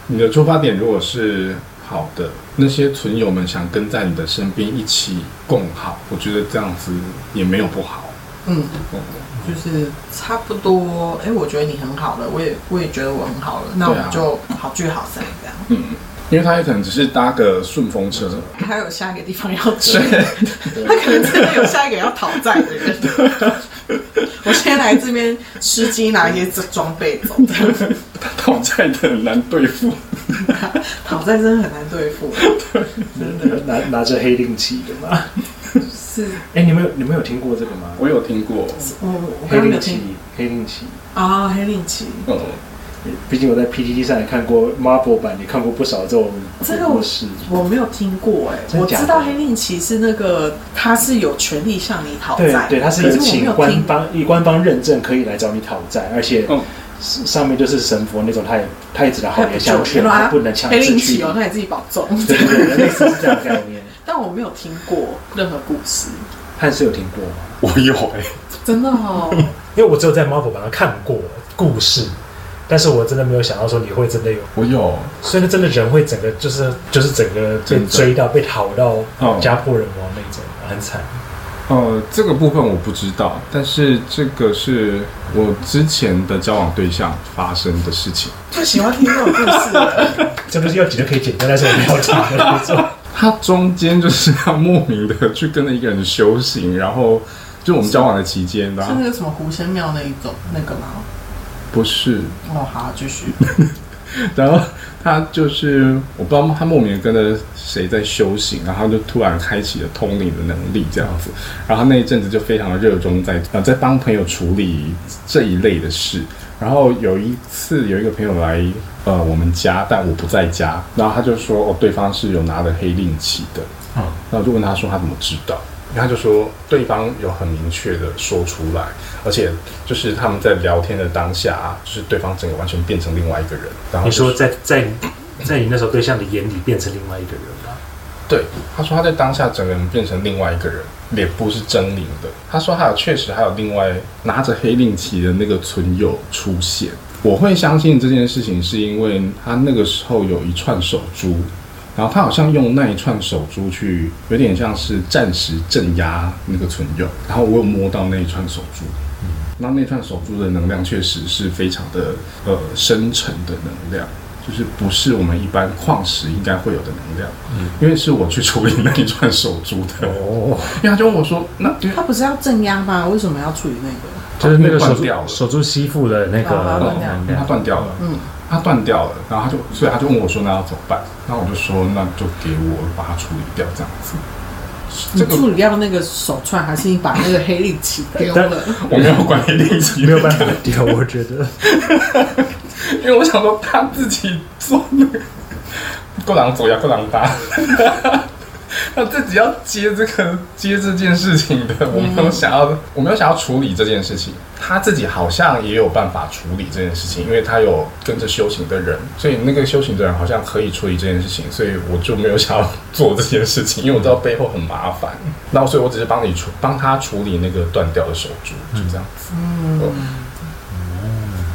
你的出发点如果是好的，那些存友们想跟在你的身边一起共好，我觉得这样子也没有不好。嗯，嗯，就是差不多。哎、我觉得你很好了，我也我也觉得我很好了，那我对们啊就好聚好散 这样。因为他也可能只是搭个顺风车， 还有下一个地方要去， 他可能真的有下一个要讨债的 人。我先来这边吃鸡，拿一些装备 走。讨债的很难对付。讨债真的很难对付，真的拿拿着黑令旗的 嘛。是哎，你们有你们有听过这个吗？我有听过，我我黑刚刚令有旗听，黑令旗。啊、黑令旗。嗯，毕竟我在 PTT 上也看过 Marble 版，也看过不少这种这个故事。我没有听过哎、真我的假的知道黑令旗是那个他是有权利向你讨对债，对，它是可有是我没请有官听，方以官方认证可以来找你讨债，而且嗯是上面就是神佛那种，他也他也只能好他言不相救劝，原来他他不能强啊黑制令去旗。哦，那你自己保重。 对对对， 类似是这样的概念。但我没有听过任何故事，汉斯有听过吗？我有哎、真的 哦。因为我只有在 Marvel 版上看过故事，但是我真的没有想到说你会真的有，我有，所以那真的人会整个就是就是整个被真的追到被讨到哦家破人亡那种，很惨。呃，这个部分我不知道，但是这个是我之前的交往对象发生的事情。最喜欢听这种故事了，这不是要剪就可以剪掉，但是我没有剪的那种。他中间就是要莫名的去跟了一个人修行，然后就我们交往的期间，然是后那个什么狐仙庙那一种那个吗？不是，哦，好，继续。然后他就是我不知道他莫名地跟着谁在修行，然后他就突然开启了通灵的能力这样子，然后他那一阵子就非常的热衷在呃在帮朋友处理这一类的事。然后有一次有一个朋友来呃我们家，但我不在家，然后他就说哦对方是有拿着黑令旗的，嗯那我就问他说他怎么知道，然后他就说对方有很明确的说出来，而且就是他们在聊天的当下啊，就是对方整个完全变成另外一个人。然后 你就说是在在在你那时候对象的眼里变成另外一个人吗？对，他说他在当下整个人变成另外一个人，脸部是狰狞的。他说还有确实还有另外拿着黑令旗的那个存友出现。我会相信这件事情，是因为他那个时候有一串手珠，然后他好像用那一串手珠去，有点像是暂时镇压那个存友。然后我有摸到那一串手珠，然后那串手珠的能量确实是非常的呃深沉的能量，就是不是我们一般矿石应该会有的能量。因为是我去处理那一串手珠的，哦，因为他就问我说：“那因为他不是要镇压吗？为什么要处理那个？就是那个断手掉珠了手珠吸附了那哦个断掉了因为它断掉了，嗯，它断掉了，然后他就，所以他就问我说：那要怎么办？然后我就说：那就给我把它处理掉，这样子。你这个处理掉那个手串，还是你把那个黑令旗丢但 了？我没有管理令旗，没有办法 丢，我觉得。因为我想说他自己做那个，够狼走呀，够狼搭， 他自己要接这个接这件事情的，我没有想要，我没有想要处理这件事情，他自己好像也有办法处理这件事情，因为他有跟着修行的人，所以那个修行的人好像可以处理这件事情，所以我就没有想要做这件事情，因为我知道背后很麻烦，然后所以我只是帮你处帮他处理那个断掉的手珠，就这样子，嗯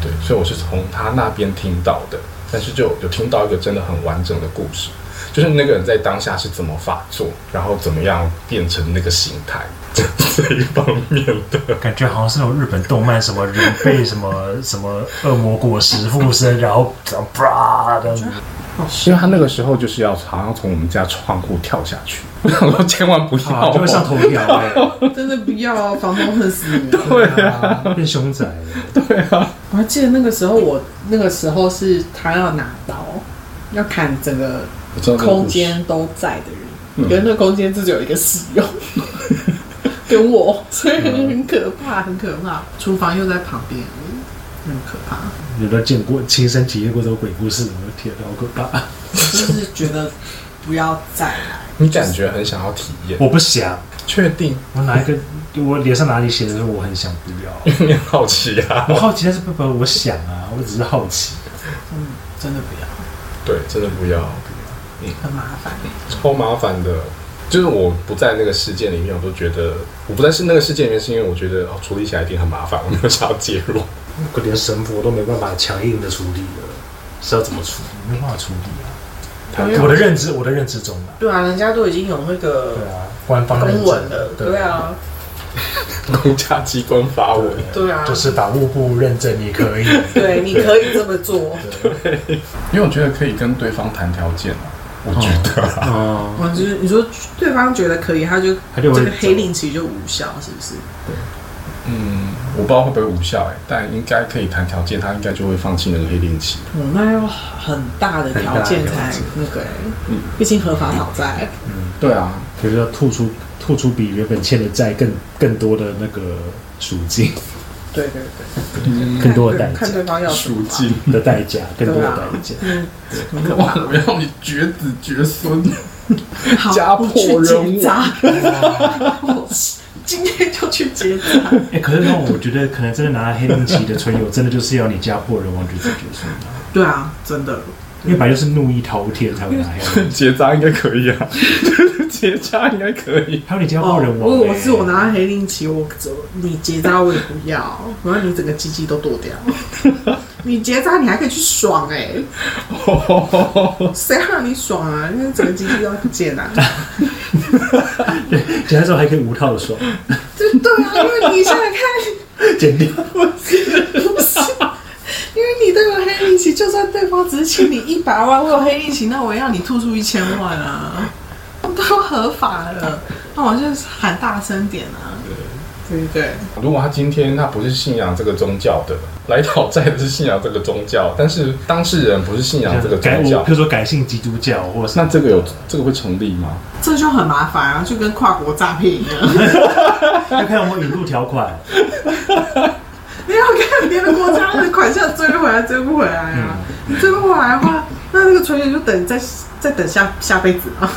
对，所以我是从他那边听到的，但是就有听到一个真的很完整的故事，就是那个人在当下是怎么发作，然后怎么样变成那个形态，这 这一方面 的。感觉好像是那种日本动漫，什么人被什么什么恶魔果实附身，然后然后啪这样子。因为他那个时候就是要好像从我们家窗户跳下去， 我想说千万不要、啊，就会上头条哎、真的不要啊！房东恨死你了。对啊，变凶宅了。对啊，我还记得那个时候我，那个时候是他要拿刀，要砍整个我知道这个故事空间都在的人，嗯可是那空间只有一个使 用，跟我，所以很可怕，很可怕。厨房又在旁边，很可怕。有没有见过亲身体验过这种鬼故事？我的天，好可怕！就是觉得不要再来，你感觉很想要体验？ 我不想，确定？ 我哪一个我脸上哪里写的是我很想不要？你很好奇啊？我好奇，但是不不，我想啊，我只是好奇。嗯真的不要，对，真的不要，很麻烦。超麻烦的。就是我不在那个事件里面，我都觉得我不在是那个事件里面，是因为我觉得哦，处理起来一定很麻烦，我没有想要介 入。我连神佛都没办法强硬的处理了，是要怎么处理？没办法处理他啊！我的认知，我的认知中啊，对啊，人家都已经有那个对啊，官方认公知文了，对，啊，公家机关发文，对啊，就是法务部认证也 可以。对，你可以这么做。因为我觉得可以跟对方谈条件啊我觉得啊、哦，我就是你说对方觉得可以，他就他就这会个黑令旗就无效，是不是？嗯，我不知道会不会无效哎、但应该可以谈条件，他应该就会放弃那个黑令旗。我哦那要很大的条件才那个欸嗯，毕竟合法讨债，对啊，比如说吐出吐出比原本欠的债更更多的那个赎金对对对， 嗯更多的代看对看对价方要什赎么吧金，的代价，更多的代价。嗯，很可哇怕，我要你绝子绝孙， 好家我破去人亡结扎，我 今天就去结扎，哎、可是那我觉得可能真的拿黑令旗的存有，真的就是要你家破人亡就自决算了，对啊，真的，因为本来就是怒意滔天才会拿黑令旗。 结扎应该可以啊， 结扎应该可以。 还有你家哦破人，亡、如欸，果我是 我拿到黑令旗，我你结扎我也不要，然后你整个鸡鸡都剁 掉，你结扎你还可以去爽哎、谁让你爽啊？因为整个鸡鸡都不见了、剪的时候还可以无套的爽，这 对啊，因为你想想看，剪掉。不是，因为你都有黑利息，就算对方只是欠你一百万，我有黑利息，那我也要你吐出一千万啊，都合法了，那我就喊大声点啊，对不对？如果他今天他不是信仰这个宗教的，来讨债的是信仰这个宗教，但是当事人不是信仰这个改宗我，教比，如说改信基督教，或者 是那这个有这个会成立吗？这就很麻烦啊，就跟跨国诈骗 一样，要看有没有引渡条款。你要看别的国家的款项追不回来，追不回来啊，你追不回来的话，那这个存钱就等再再等下下辈子啊。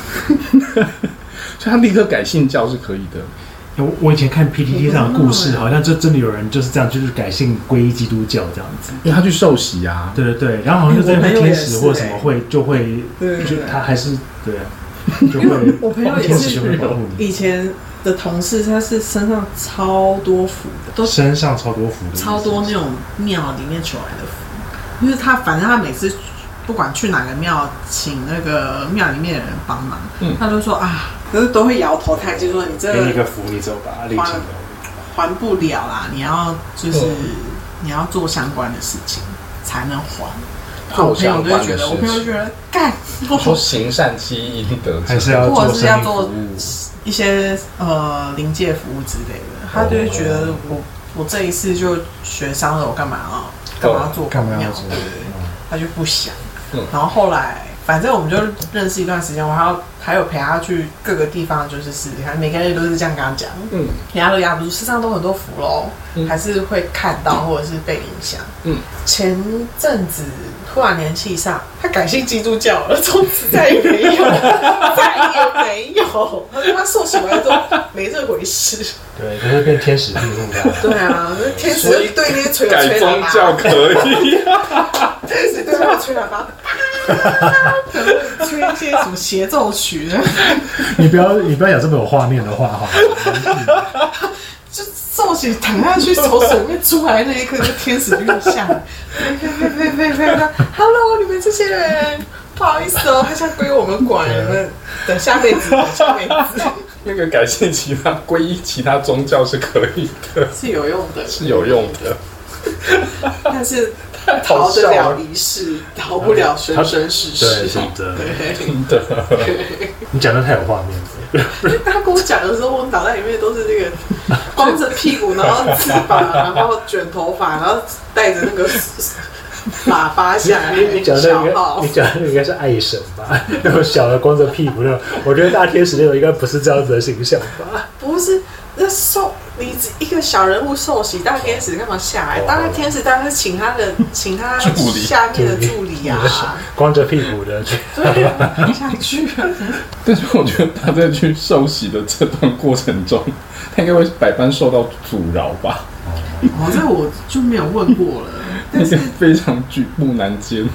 所以他立刻改信教是可以的。我我以前看 PTT 上的故我不知事，道欸好像就真的有人就是这样，就是改信皈依基督教这样子。因为他去受洗啊，对对对，然后好像就在那欸我朋边友也天是使或什么会就会，对对就对他还是 对啊，就因为我会朋友也天使是就会保护你，以前的同事，他是身上超多符的，都身上超多福的，超多那种庙里面求来的符，因为他反正他每次不管去哪个庙，请那个庙里面的人帮忙，嗯他就说啊，可是都会摇头叹气说你这给你一个个福，你走吧，立花正了。还不了啦，你要就是、对你要做相关的事情才能还。做我朋友相就会关觉的得，我事朋友就情，觉得干，说行善积阴德，还是要或者做是要生意做服务，一些呃临界服务之类的，他就会觉得我我这一次就学伤了，我干嘛啊？干嘛要做干公嘛庙要？做？对他就不想嗯。然后后来，反正我们就认识一段时间，我还要还有陪他去各个地方，就是试试看。每个人都是这样跟他讲，嗯，人家都压不住，身上都很多符喽，嗯还是会看到或者是被影响。嗯，前阵子突然联系上，他改信基督教了，从此再也没有，再也没有。他说他受洗完之后没这回事。对，就是变天使庇护他。 对啊，那天使所以一对那些吹了改吹宗喇教叭，可以， 天使对他吹喇叭，可能会吹一些什么协奏曲，你不要你不要讲这么有画面的话哈。就受洗躺下去，从水面出来那一刻，就天使就落下来，飞飞飞飞飞飞，Hello，你们这些人，不好意思哦，他现在归我们管，你们等下辈子，等下辈子那个改信其他皈依其他宗教是可以的，是有用的，是有用 的。但是逃好得笑了了，离世，逃不了生生世世。的，真的。你讲的太有画面了。 他跟我讲的时候，我脑袋里面都是这个光着屁股，然后翅膀，然后卷头发，然后带着那个 喇叭下来，你讲的小应该，号你，讲的应该是爱神吧？ 那种小的光着屁股那种，我觉得大天使那种应该不是这样子的形象吧？不是那受你一个小人物受洗，大天使干嘛下来？大天使当然是请他的， 请他助理下面的助理啊，光着屁股的，对啊，下去啊，但是我觉得他在去受洗的这段过程中，他应该会百般受到阻挠吧，哦，这我就没有问过了，那个非常举步难艰。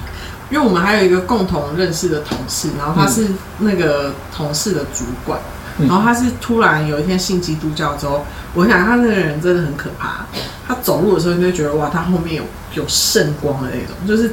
因为我们还有一个共同认识的同事，然后他是那个同事的主管，嗯。然后他是突然有一天信基督教之后，我想他那个人真的很可怕。他走路的时候，你就会觉得哇，他后面有有圣光的那种，就是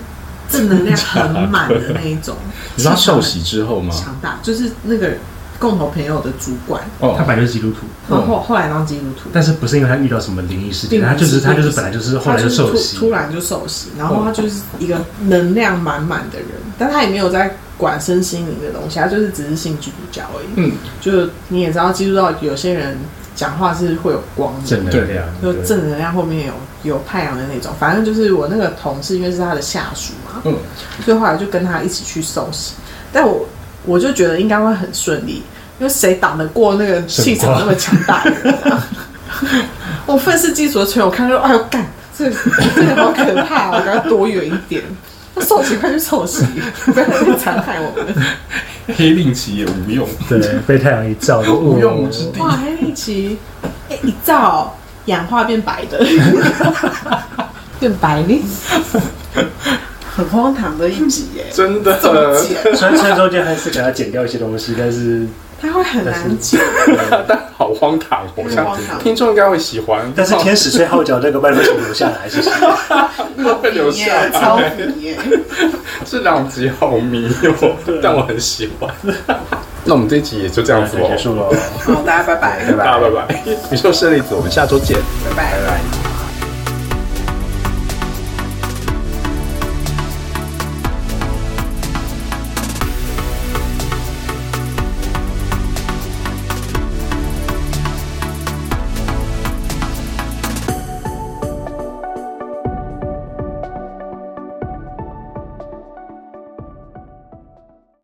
正能量很满的那一种你说他受洗之后 吗？强大，就是那个共同朋友的主管，他哦，本来就是基督徒，然后后后来当基督徒，但是不是因为他遇到什么灵异事件，并不他就只是他就并是不是本来就是后他来就就是受突洗突，然就受洗，然后他就是一个能量满满的人，但他也没有在管身心灵的东西，他就是只是信基督教而已。嗯，就你也知道，基督教有些人讲话是会有光的正。能量，就对正能量后面有有太阳的那种，反正就是我那个同事，因为是他的下属嘛，嗯，所以后来就跟他一起去受洗。但我我就觉得应该会很顺利，因为谁挡得过那个气场那么强大的人啊？我愤世嫉俗的吹，我看到哎呦干，这这个好可怕、哦，我赶快躲远一点。那受洗快去受洗，不要在那边残害我们。黑令旗也无用，对，被太阳一照哦就无用武之地。哇，黑力奇，哎、一照氧化变白 的，变白呢，很荒唐的一集耶。呃真的怎么剪？虽然虽然中间还是给他剪掉一些东西，但是它会很难剪， 但好荒唐哦，我很想荒唐。听众应该会喜欢，但是天使吹号角那个麦克风留下来，其实会留下 来。耶超迷耶！这两集好迷哦，但我很喜欢。 那我们这一集也就这样子 结哦，束了。好，大家拜拜， 大家拜拜。宇宙胜利子，我们下周见。拜拜。